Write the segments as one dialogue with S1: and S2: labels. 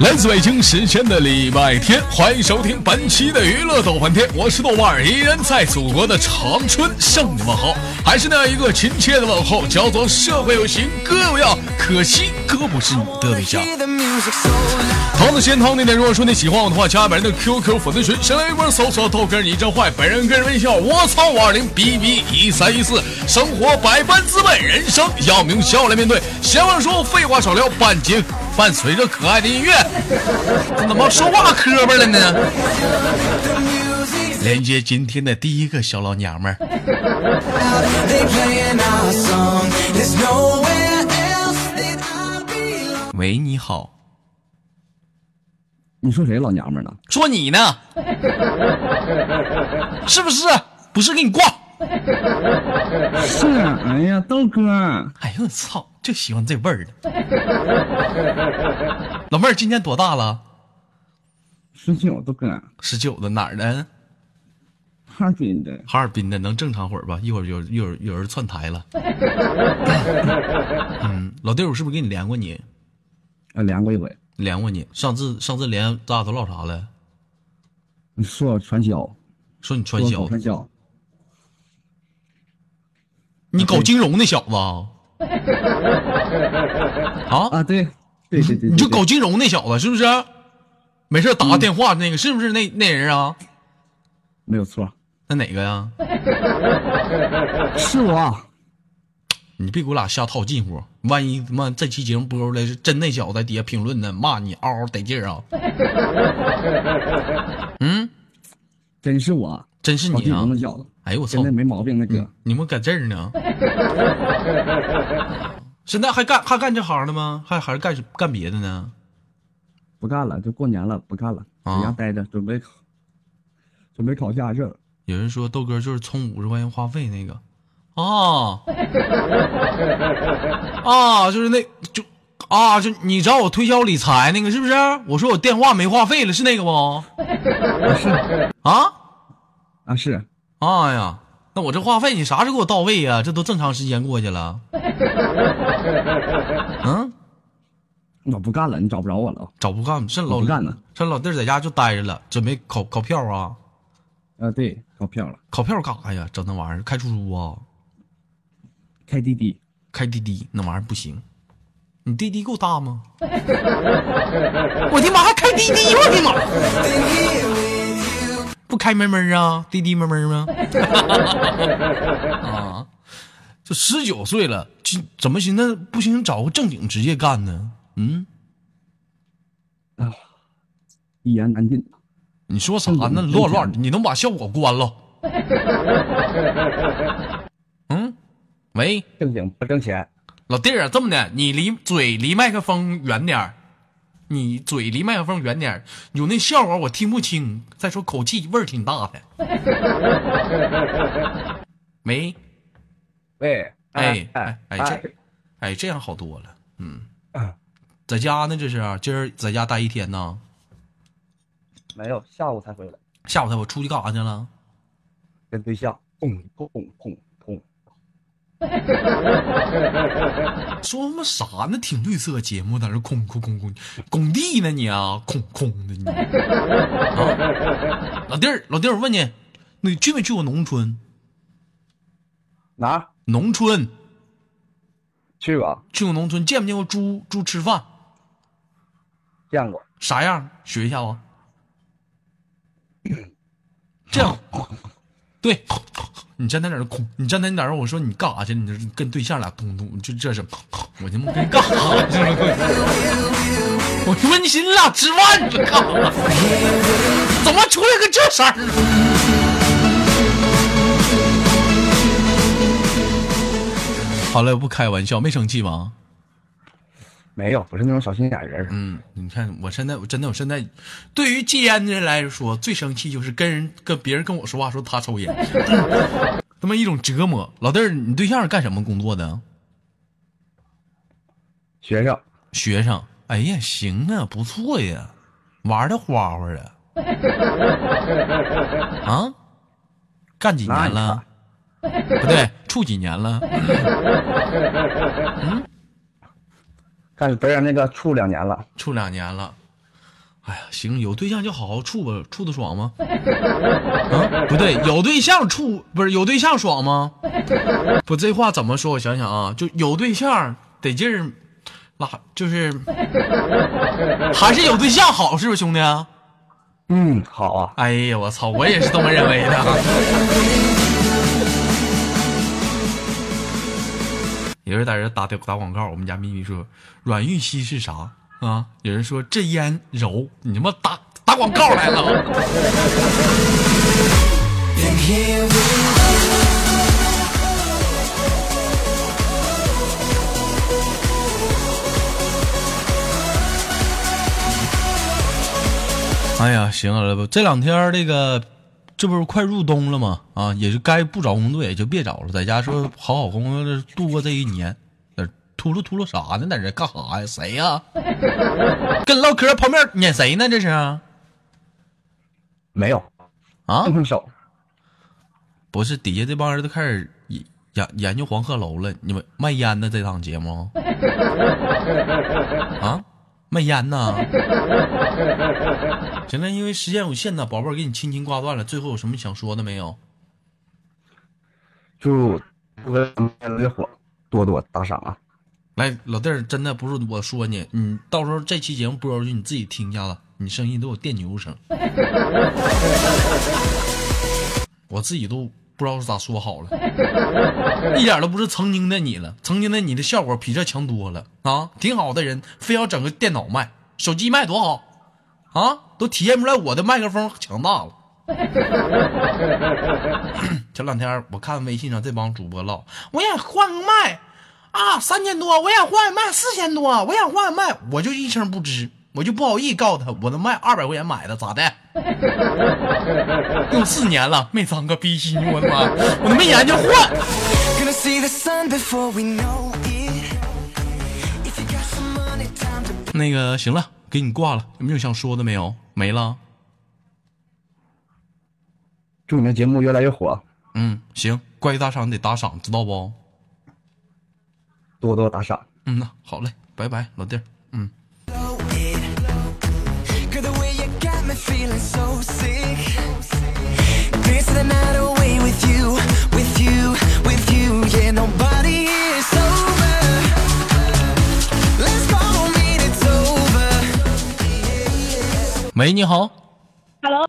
S1: 来自北京时间的礼拜天，欢迎收听本期的娱乐逗翻天，我是豆瓣儿，依然在祖国的长春向你们好，还是那一个亲切的问候，叫做社会有型哥有样，可惜哥不是你的对象。桃子仙桃那点，如果说你喜欢我的话，加本人的 QQ 粉丝群，先来一波搜索豆哥你真坏，本人个人微笑，我操五二零 bb 一三一四，生活百般滋味，人生要明笑来面对。闲话说，废话少聊，伴节伴随着可爱的音乐，怎么说话磕巴了呢？连接今天的第一个小老娘们儿，喂，你好，
S2: 你说谁老娘们儿呢？
S1: 说你呢？是不是？不是给你挂。
S2: 是，哎呀，豆哥，
S1: 哎呦我操，就喜欢这味儿的。 老妹儿今年多大了？
S2: 十九豆哥，
S1: 十九的，哪儿的？
S2: 哈尔滨的，
S1: 哈尔滨的，能正常会儿吧？一会儿有一会儿有人窜台了。 嗯，老弟儿，我是不是给你连过你？
S2: 啊，连过一回。
S1: 连过你？上次上次连咱俩都唠啥了？
S2: 你说我传销，
S1: 说你传
S2: 说
S1: 销
S2: 我，传销，
S1: 你搞金融那小子啊？啊，
S2: 啊，对，对对对，
S1: 你就
S2: 对
S1: 搞金融那小子是不是？没事儿打个电话那个是不是那那人啊？
S2: 没有错，
S1: 那哪个呀？
S2: 是我，
S1: 你别给我俩瞎套近乎，万一他妈这期节目播出来是真那小子在底下评论呢，骂你嗷嗷得劲 儿啊！嗯，
S2: 真是我，
S1: 真是
S2: 搞
S1: 你
S2: 金
S1: 啊嗯
S2: 融！的饺子，
S1: 哎呦我操
S2: 真的，没毛病，那哥，
S1: 你们搁这儿 呢？现在还干还干这行的吗？还还是干干别的呢？
S2: 不干了，就过年了，不干了，
S1: 啊
S2: 在家待着，准备考，准备考驾照，
S1: 有人说豆哥就是充五十块钱话费那个， 啊啊，就是那就啊，就你找我推销理财那个是不是？我说我电话没话费了，是那个不？啊。
S2: 啊，是，
S1: 哎呀，那我这话费你啥时候给我到位呀、这都正常时间过去 了。嗯，
S2: 我不干了，你找不着我了，
S1: 找不干，这老
S2: 我不干了，
S1: 这老弟儿在家就待着了，准备考考票啊？
S2: 啊，对，考票了，
S1: 考票干啥呀？整那玩意儿，开出租啊？
S2: 开滴滴，
S1: 开滴滴那玩意儿不行。你滴滴够大吗？我的妈，还开滴滴！我的妈，不开门门啊？ 滴滴门门吗？啊，这十九岁了，这怎么寻思不行找个正经职业干呢？嗯，
S2: 一言难尽，
S1: 你说啥
S2: 正经
S1: 呢？
S2: 挣
S1: 乱乱，
S2: 钱
S1: 你能把效果关了？ 嗯，喂，
S2: 正经不挣钱，
S1: 老弟儿啊，这么的，你离嘴离麦克风远点儿，你嘴离麦克风远点儿，有那笑话我听不清。再说口气味儿挺大的。没，
S2: 喂，
S1: 哎哎哎这，哎这样好多了。嗯，
S2: 啊
S1: 在家呢这是啊，今儿在家待一天呢，
S2: 没有，下午才回来。
S1: 下午才我出去干啥去了？
S2: 跟对象砰砰砰砰，
S1: 说他妈啥呢？挺绿色节目在那空空空空拱地呢你啊，空空的你啊！老弟儿，老弟儿，我问你，你去没去过农村？
S2: 哪儿
S1: 农村
S2: 去过？
S1: 去过农村，见没见过猪猪吃饭
S2: 见过，
S1: 啥样？学一下啊。这样，对，你站在那儿空，你站在那儿，我说你干啥去？你这跟对象俩通通，就这是，我他妈跟干啥 去了？我他妈你寻思俩吃饭呢，干啥？怎么出来个这色儿？好了，不开玩笑，没生气吧？
S2: 没有，不是那种小心眼人儿。
S1: 嗯，你看，我现在我真的我现在，对于戒烟的人来说，最生气就是跟人跟别人跟我说话说他抽烟，他妈一种折磨。老弟儿，你对象是干什么工作的？
S2: 学生
S1: 学生。哎呀，行啊，不错呀，玩的花花啊。啊，干几年了？不对，处几年了？
S2: 干不是那个处两年了，
S1: 处两年了。哎呀，行，有对象就好好处吧，处的爽吗？啊，不对，有对象处不是有对象爽吗？不，这话怎么说？我想想啊，就有对象得劲儿，拉就是还是有对象好，是不是兄弟？啊
S2: 嗯，好啊，
S1: 哎呀，我操，我也是这么认为的。 有人在这打打广告，我们家咪咪说阮玉溪是啥啊？有人说这烟柔，你他妈打打广告来了。 哎呀，行了不？这两天这个，这不是快入冬了吗？啊，也就该不找工作也就别找了，在家说好好工作度过这一年。在这秃噜秃噜啥呢？在这干啥呀？谁呀？ 跟你唠嗑泡面撵谁呢？这是啊？
S2: 没有，碰碰手，
S1: 不是底下这帮人都开始研研研究黄鹤楼了。你们卖烟的这档节目啊，卖烟呐？行了，因为时间有限呢，宝贝儿给你轻轻挂断了。最后有什么想说的没有？
S2: 祝祝各位越来越火，多多打赏啊！
S1: 来，老弟儿，真的不是我说你，你到时候这期节目播出去，你自己听一下子，你声音都有电牛声，我自己都不知道咋说好了，一点都不是曾经的你了，曾经的你的效果比这强多了啊！挺好的人，非要整个电脑麦、手机麦多好啊，都体现不出来我的麦克风强大了。前两天我看微信上这帮主播唠，我想换个麦啊，三千多，我想换个麦四千多，我想换个麦，我就一声不吱，我就不好意思告诉他我的麦二百块钱买的，咋的？ 用四年了没长个逼心，我他妈，我都没研究换。
S3: Gonna see the sun before we know it. If you got some money, time to
S1: 那个行了，给你挂了，有没有想说的没有？没了。
S2: 祝你们节目越来越火，
S1: 嗯，行，关于打赏你得打赏，知道不？
S2: 多多打赏。
S1: 嗯呐，好嘞，拜拜，老弟儿。嗯，
S3: blow it. Girl, the way you got me feeling so sick. Dance the night away with you, with you, with you. Yeah, nobody is over. Let's call it it's over.
S1: 喂，你好，
S4: Hello，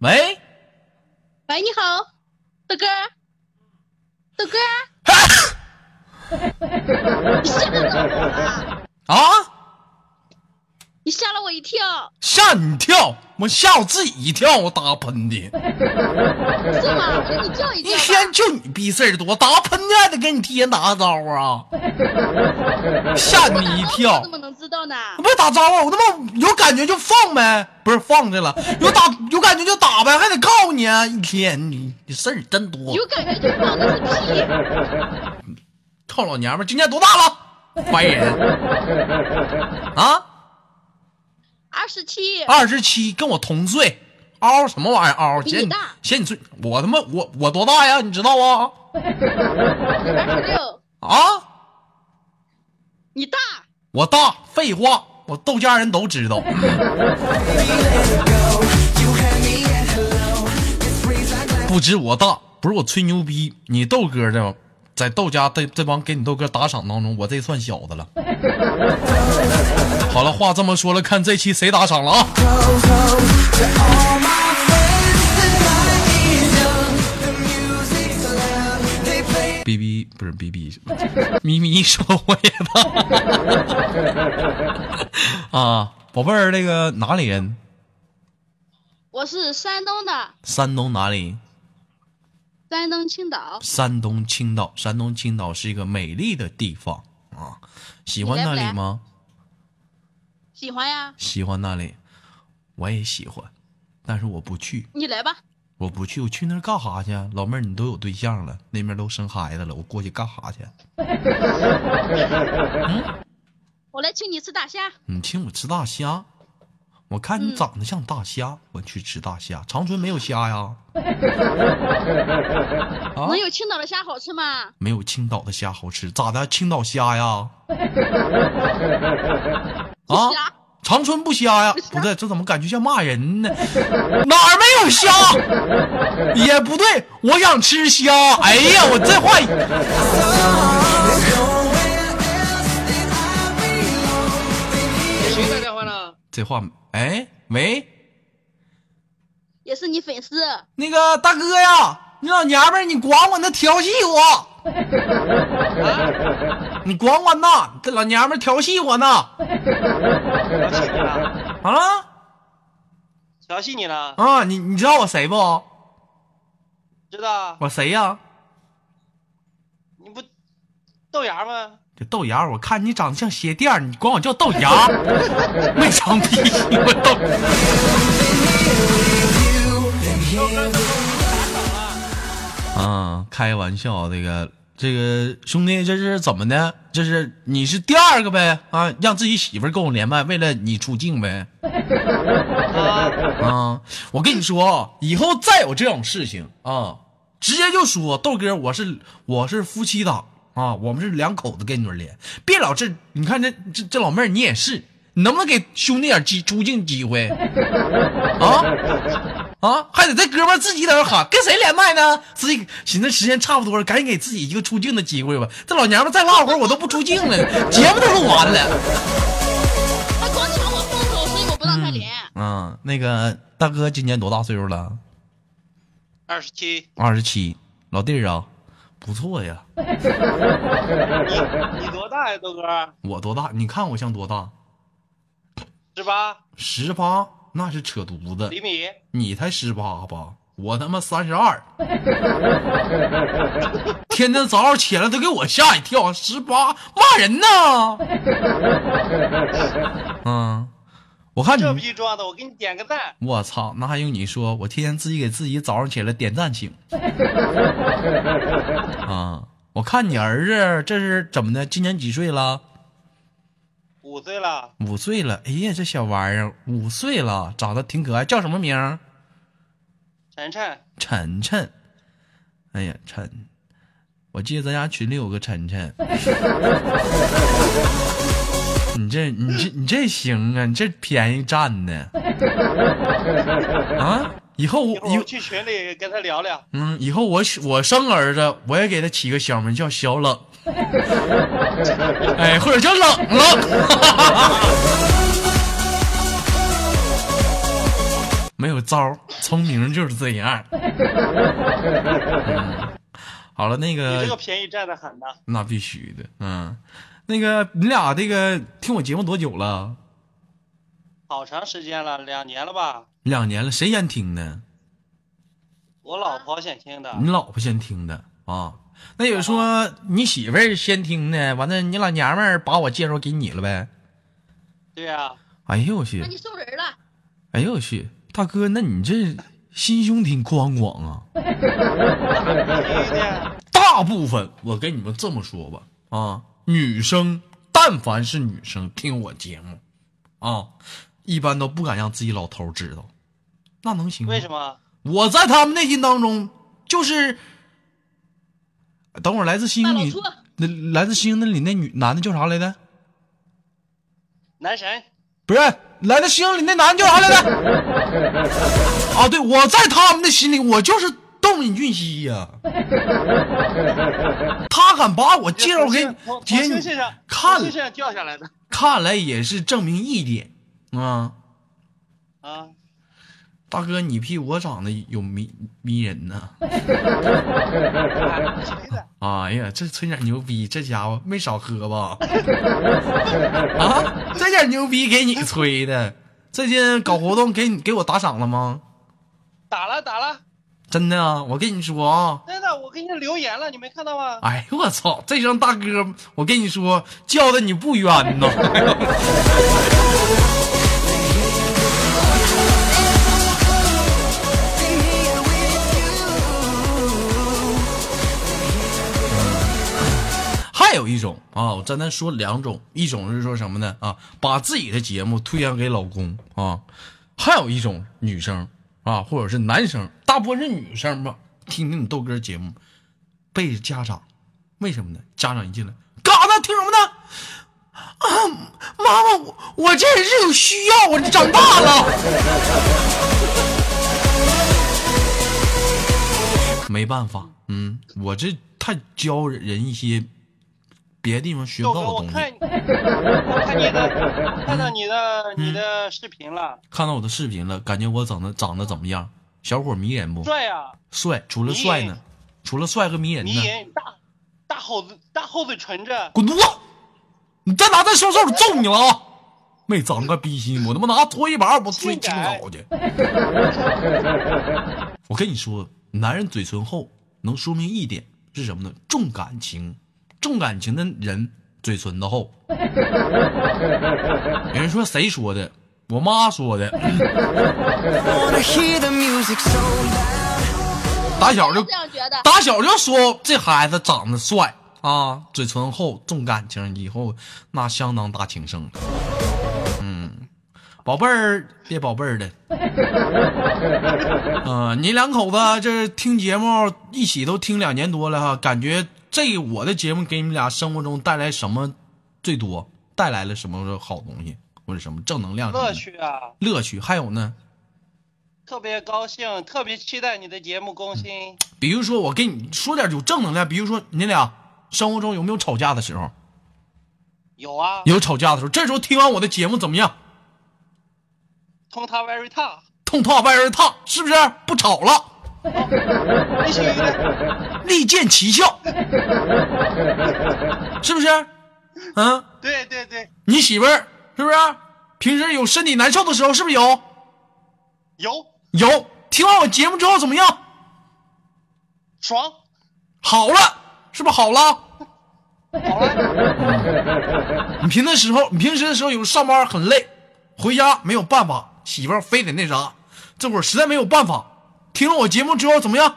S1: 喂，
S4: 喂，你好，豆哥儿，豆哥儿，你吓到我了，
S1: 啊。
S4: 你吓了我一 跳，
S1: 吓你一跳，我吓我自己一跳，我打喷 嚏，
S4: 是吗？我给你叫一
S1: 一
S4: 叫吧，
S1: 天就你逼事儿多，打喷嚏还得给你提前打个招呼 啊！吓你一
S4: 我
S1: 跳
S4: 怎，么能知道呢？
S1: 不是打招呼，我他妈有感觉就放呗，不是放去 了，有打有感觉就打呗，还得告你啊！一天你你事儿真多，
S4: 有感觉就放的是屁，
S1: 臭老娘们儿今年多大 了？烦人啊！
S4: 二十七，
S1: 二十七，跟我同岁，嗷什么玩意儿嗷？
S4: 比
S1: 嫌
S4: 你大
S1: 嫌你岁，我他妈我我多大呀？你知道啊？
S4: 二十六，
S1: 啊！
S4: 你大，
S1: 我大，废话，我豆家人都知道。
S3: You had me at hello. Let's freeze like glass.
S1: 不止我大，不是我吹牛逼，你豆哥这在豆家这这帮给你豆哥打赏当中，我这算小的了。 好了，话这么说了，看这期谁打赏了啊？
S3: To all my friends, the night is young. The music's loud. They play.
S1: 逼逼不是逼逼，咪咪社会的啊，宝贝儿，那个哪里人？
S4: 我是山东的，
S1: 山东哪里？
S4: 山东青岛，
S1: 山东青岛，山东青岛是一个美丽的地方啊，喜欢
S4: 你来
S1: 那
S4: 不
S1: 里
S4: 来
S1: 吗？
S4: 喜欢呀，
S1: 喜欢那里，我也喜欢，但是我不去，
S4: 你来吧，
S1: 我不去，我去那儿干啥去啊？老妹儿，你都有对象了，那边都生孩子了，我过去干啥去？
S4: 我来请你吃大虾，
S1: 你请我吃大虾，我看你
S4: 嗯
S1: 长得像大虾，我去吃大虾。长春没有虾呀，啊
S4: 能有青岛的虾好吃吗？
S1: 没有青岛的虾好吃，咋的？青岛虾 呀？啊
S4: 不虾，
S1: 长春不虾呀？不对，这怎么感觉像骂人呢？ 哪儿没有 虾？也不对，我想吃虾。哎呀，我这话
S5: 谁打电话呢？
S1: 这话，哎，喂，
S4: 也是你粉丝，
S1: 那个大哥呀，你老娘们儿，你管管他调戏我，
S5: 啊
S1: 你管管呐，这老娘们儿调戏我呢，
S5: 调戏你了？
S1: 啊
S5: 调戏你了？
S1: 啊，你你知道我谁不？
S5: 知道？
S1: 我谁呀？
S5: 你不豆芽吗？
S1: 这豆芽儿，我看你长得像鞋垫儿，你管我叫豆芽儿，没长逼，我豆。啊，开玩笑，这个这个兄弟，这是怎么的？这是你是第二个呗？啊，让自己媳妇儿跟我连麦，为了你出镜呗？
S5: 啊，
S1: 啊，我跟你说啊，以后再有这种事情啊，直接就说豆哥，我是我是夫妻档啊，我们是两口子跟你们连，别老这，你看这这这老妹儿你也是，你能不能给兄弟点儿机出镜机会？啊啊，还得这哥们儿自己在那喊，跟谁连麦呢？自己寻思时间差不多了，赶紧给自己一个出镜的机会吧。这老娘们儿再唠会儿我都不出镜了，节目都录完了。
S4: 他光抢我风头，所以我不让他连。
S1: 嗯，那个大哥今年多大岁数了？
S5: 二十七，
S1: 二十七，老弟儿啊，不错呀。
S5: 你多大呀，豆哥？
S1: 我多大？你看我像多大？
S5: 十八
S1: 十八，那是扯犊子
S5: 厘。米，
S1: 你才十八吧？我他妈三十二，天天早上起来都给我吓一跳，十八骂人呢。 嗯，我看
S5: 这
S1: 你，
S5: 逼装的，我给你点个赞。
S1: 我操，那还用你说？我天天自己给自己早上起来点赞请。 啊，我看你儿子这是怎么的？今年几岁了？
S5: 五岁了，
S1: 五岁了，哎呀，这小玩意儿五岁了，长得挺可爱，叫什么名儿？
S5: 晨晨，
S1: 晨晨。哎呀，晨，我记得咱家群里有个晨晨。 你这你这你这行啊，你这便宜占的啊！以后
S5: 一
S1: 我
S5: 会儿
S1: 以
S5: 我去群里跟他聊聊。
S1: 嗯，以后我我生儿子，我也给他起个小名叫小冷，哎，或者叫冷 冷。没有招儿，聪明就是这样。嗯、好了，那
S5: 你
S1: 个
S5: 这个便宜占的很呐，
S1: 那必须的，嗯，那个你俩这个听我节目多久了？
S5: 好长时间了，两年了吧？
S1: 两年了，谁先听的？
S5: 我老婆想听的，
S1: 你老婆先听的啊？那也就是说你媳妇儿先听的，完了你老娘们儿把我介绍给你了呗？
S5: 对呀、
S1: 哎呦我
S4: 那
S1: 去，
S4: 你送人了，
S1: 哎呦我去，大哥，那你这心胸挺宽广啊！
S5: 必须的。
S1: 大部分我跟你们这么说吧，啊，女生但凡是女生听我节目，啊，一般都不敢让自己老头儿知道，那能行吗？
S5: 为什么？
S1: 我在他们内心当中就是，等会儿来自星
S4: 大老
S1: 你
S4: 粗啊
S1: 那来自星那里那女男的叫啥来着？
S5: 男神，
S1: 不是，来自星里那男的叫啥来着？啊，对，我在他们的心里，我就是动你俊熙呀、他敢把我介绍给
S5: 从从
S1: 给
S5: 星
S1: 你
S5: 星上，
S1: 看
S5: 从星星上掉下来的
S1: 看来也是证明一点啊，
S5: 啊！
S1: 大哥，你比我长得有迷迷人呢、
S5: 啊谁的？
S1: 哎呀，这吹点牛逼，这家伙没少喝吧？啊，这点牛逼给你吹的，最近搞活动给你给我打赏了吗？
S5: 打了打了，
S1: 真的啊，我跟你说啊，
S5: 真的，我给你留言了，你没看到吗？
S1: 哎呦我操，这声大哥，我跟你说叫的你不冤呐。还再有一种啊，我咱咱说两种，一种是说什么呢？啊，把自己的节目推荐给老公啊，还有一种女生啊，或者是男生，大部分是女生吧，听听你豆哥节目，被家长，为什么呢？家长一进来，干啥呢？听什么呢？啊，妈妈，我我这人是有需要，我长大了，没办法，嗯，我这太教人一些别的地方学
S5: 豆
S1: 不
S5: 哥，
S1: 到的
S5: 我
S1: 东西。
S5: 看我看你的看到你的你的视频了，
S1: 看到我的视频了，感觉我长得长得怎么样？小伙迷人不？
S5: 帅呀，
S1: 帅，除了帅呢，除了帅和迷人呢
S5: 迷？人，大大厚嘴大厚嘴唇子，
S1: 滚犊子！你再拿再说这，我揍你了啊！没长个逼心，我他妈拿拖一把我最清早去。 我跟你说，男人嘴唇厚能说明一点是什么呢？重感情，重感情的人嘴唇子厚。 有人说谁说的？我妈说的。
S3: Wanna hear the music so loud.
S1: 打小就
S4: 这样觉得。
S1: 打小就说这孩子长得帅啊，嘴唇厚，重感情，以后那相当大情圣。嗯，宝贝儿，别宝贝儿 的，嗯、你两口子这听节目一起都听两年多了哈，感觉这我的节目给你们俩生活中带来什么最多？带来了什么好东西，或者什么正能量什么的？
S5: 乐趣啊，
S1: 乐趣，还有呢？
S5: 特别高兴，特别期待你的节目更新。
S1: 比如说，我给你说点有正能量，比如说你俩生活中有没有吵架的时候？
S5: 有啊，
S1: 有吵架的时候，这时候听完我的节目怎么样？
S5: 通他 very top，
S1: 痛痛外人烫，是不是？不吵了，
S5: 必须的，
S1: 立见奇效，是不是？嗯，
S5: 对对对，
S1: 你媳妇儿是不是平时有身体难受的时候，是不是有？
S5: 有
S1: 有。听完我节目之后怎么样？
S5: 爽，
S1: 好了，是不是好了？
S5: 好啊了，
S1: 你平的时候，你平时的时候有上班很累，回家没有办法，媳妇儿非得那啥，这会儿实在没有办法，听了我节目之后怎么样？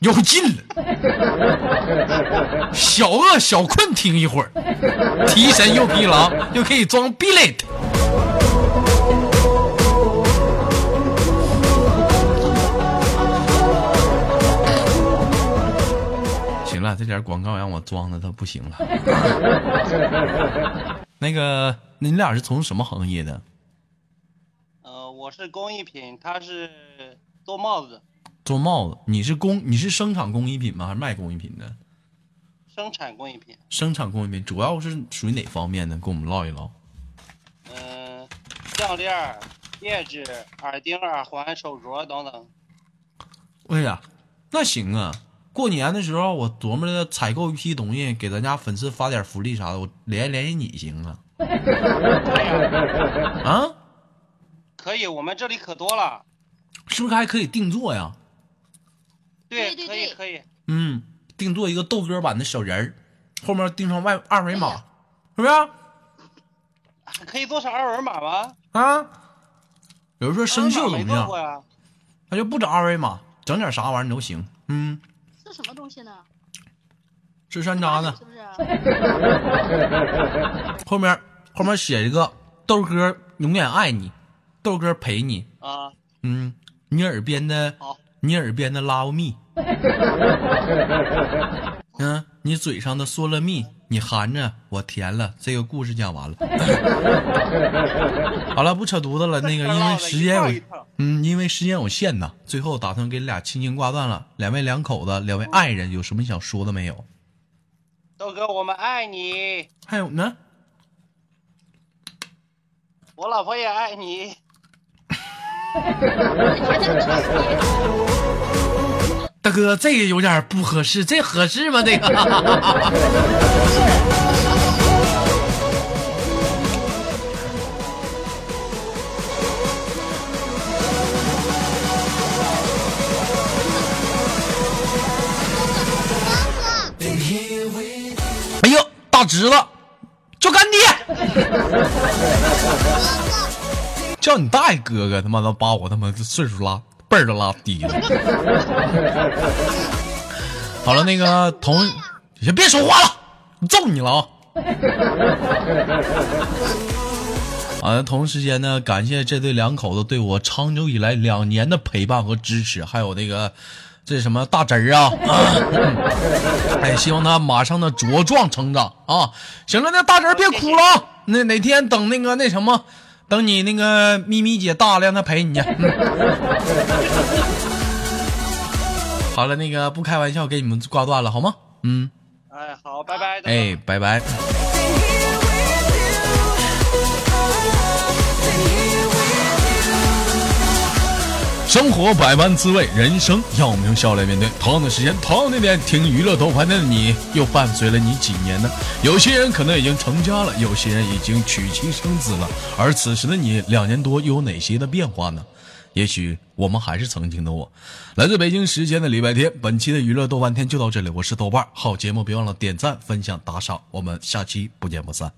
S1: 有劲了，小饿小困听一会儿，提神又疲劳，又可以装逼累的。行了，这点广告让我装的他不行了。 那个，你俩是从什么行业的？
S5: 呃，我是工艺品，他是做帽子，
S1: 做帽子，你是工，你是生产工艺品吗？还是卖工艺品的？
S5: 生产工艺品，
S1: 生产工艺品主要是属于哪方面呢？跟我们唠一唠。
S5: 嗯、项链儿、戒指、耳钉、耳环、手镯等等。
S1: 哎呀，那行啊！过年的时候，我琢磨着采购一批东西，给咱家粉丝发点福利啥的。我联系联系你行啊？
S5: 可以啊，
S1: 啊，
S5: 可以，我们这里可多了。
S1: 是不是还可以定做呀？
S5: 对，
S4: 对对
S5: 可以
S4: 对
S5: 可以，
S1: 嗯，定做一个豆哥版的小人儿，后面钉上外二维
S4: 对
S1: 码
S4: 呀，
S1: 是不是啊？
S5: 可以做成二维码吗？
S1: 啊？有人说生
S5: 二
S1: 锈
S5: 维
S1: 怎
S5: 码没
S1: 么
S5: 做
S1: 样
S5: 过？呀？
S1: 那就不整二维码，整点啥玩意儿都行。嗯，
S4: 是什么东西呢？
S1: 是山楂呢
S4: 是，不是？
S1: 后面后面写一个豆哥永远爱你，豆哥陪你。
S5: 啊，
S1: 嗯，你耳边的
S5: 好，
S1: 你耳边的拉欧蜜， 嗯，你嘴上的嗦了蜜，你含着我甜了。这个故事讲完了， 好了，不扯犊子了。那个因为时间
S5: 一套
S1: 有
S5: 一套，
S1: 嗯，因为时间有限呐，最后打算给俩亲情挂断了。两位两口子，两位爱人，有什么想说的没有？
S5: 豆哥，我们爱你，
S1: 还有呢？
S5: 我老婆也爱你。
S1: 大哥，这个有点不合适，这合适吗？这个。哎呦，大侄子，叫干爹，叫你大爷哥哥，他妈的把我他妈岁数拉辈儿都拉低了。好了，那个同，先别说话了，揍你了啊！ 啊，同时间呢，感谢这对两口子对我长久以来两年的陪伴和支持，还有那个这什么大侄儿啊， 哎，希望他马上的茁壮成长啊！行了，那大侄儿别哭了啊，那哪天等那个那什么，等你那个咪咪姐大了，让她陪你去。嗯好了，那个不开玩笑，给你们挂断了好吗？嗯，
S5: 哎，好，拜拜。
S1: 哎，拜拜。
S6: 生活百般滋味，人生要我们用笑来面对。同样的时间，同样的地点，听娱乐头盘的你，又伴随了你几年呢？有些人可能已经成家了，有些人已经娶妻生子了，而此时的你，两年多又有哪些的变化呢？也许我们还是曾经的我。来自北京时间的礼拜天，本期的娱乐豆瓣天就到这里，我是豆瓣儿。好节目别忘了点赞、分享、打赏，我们下期不见不散。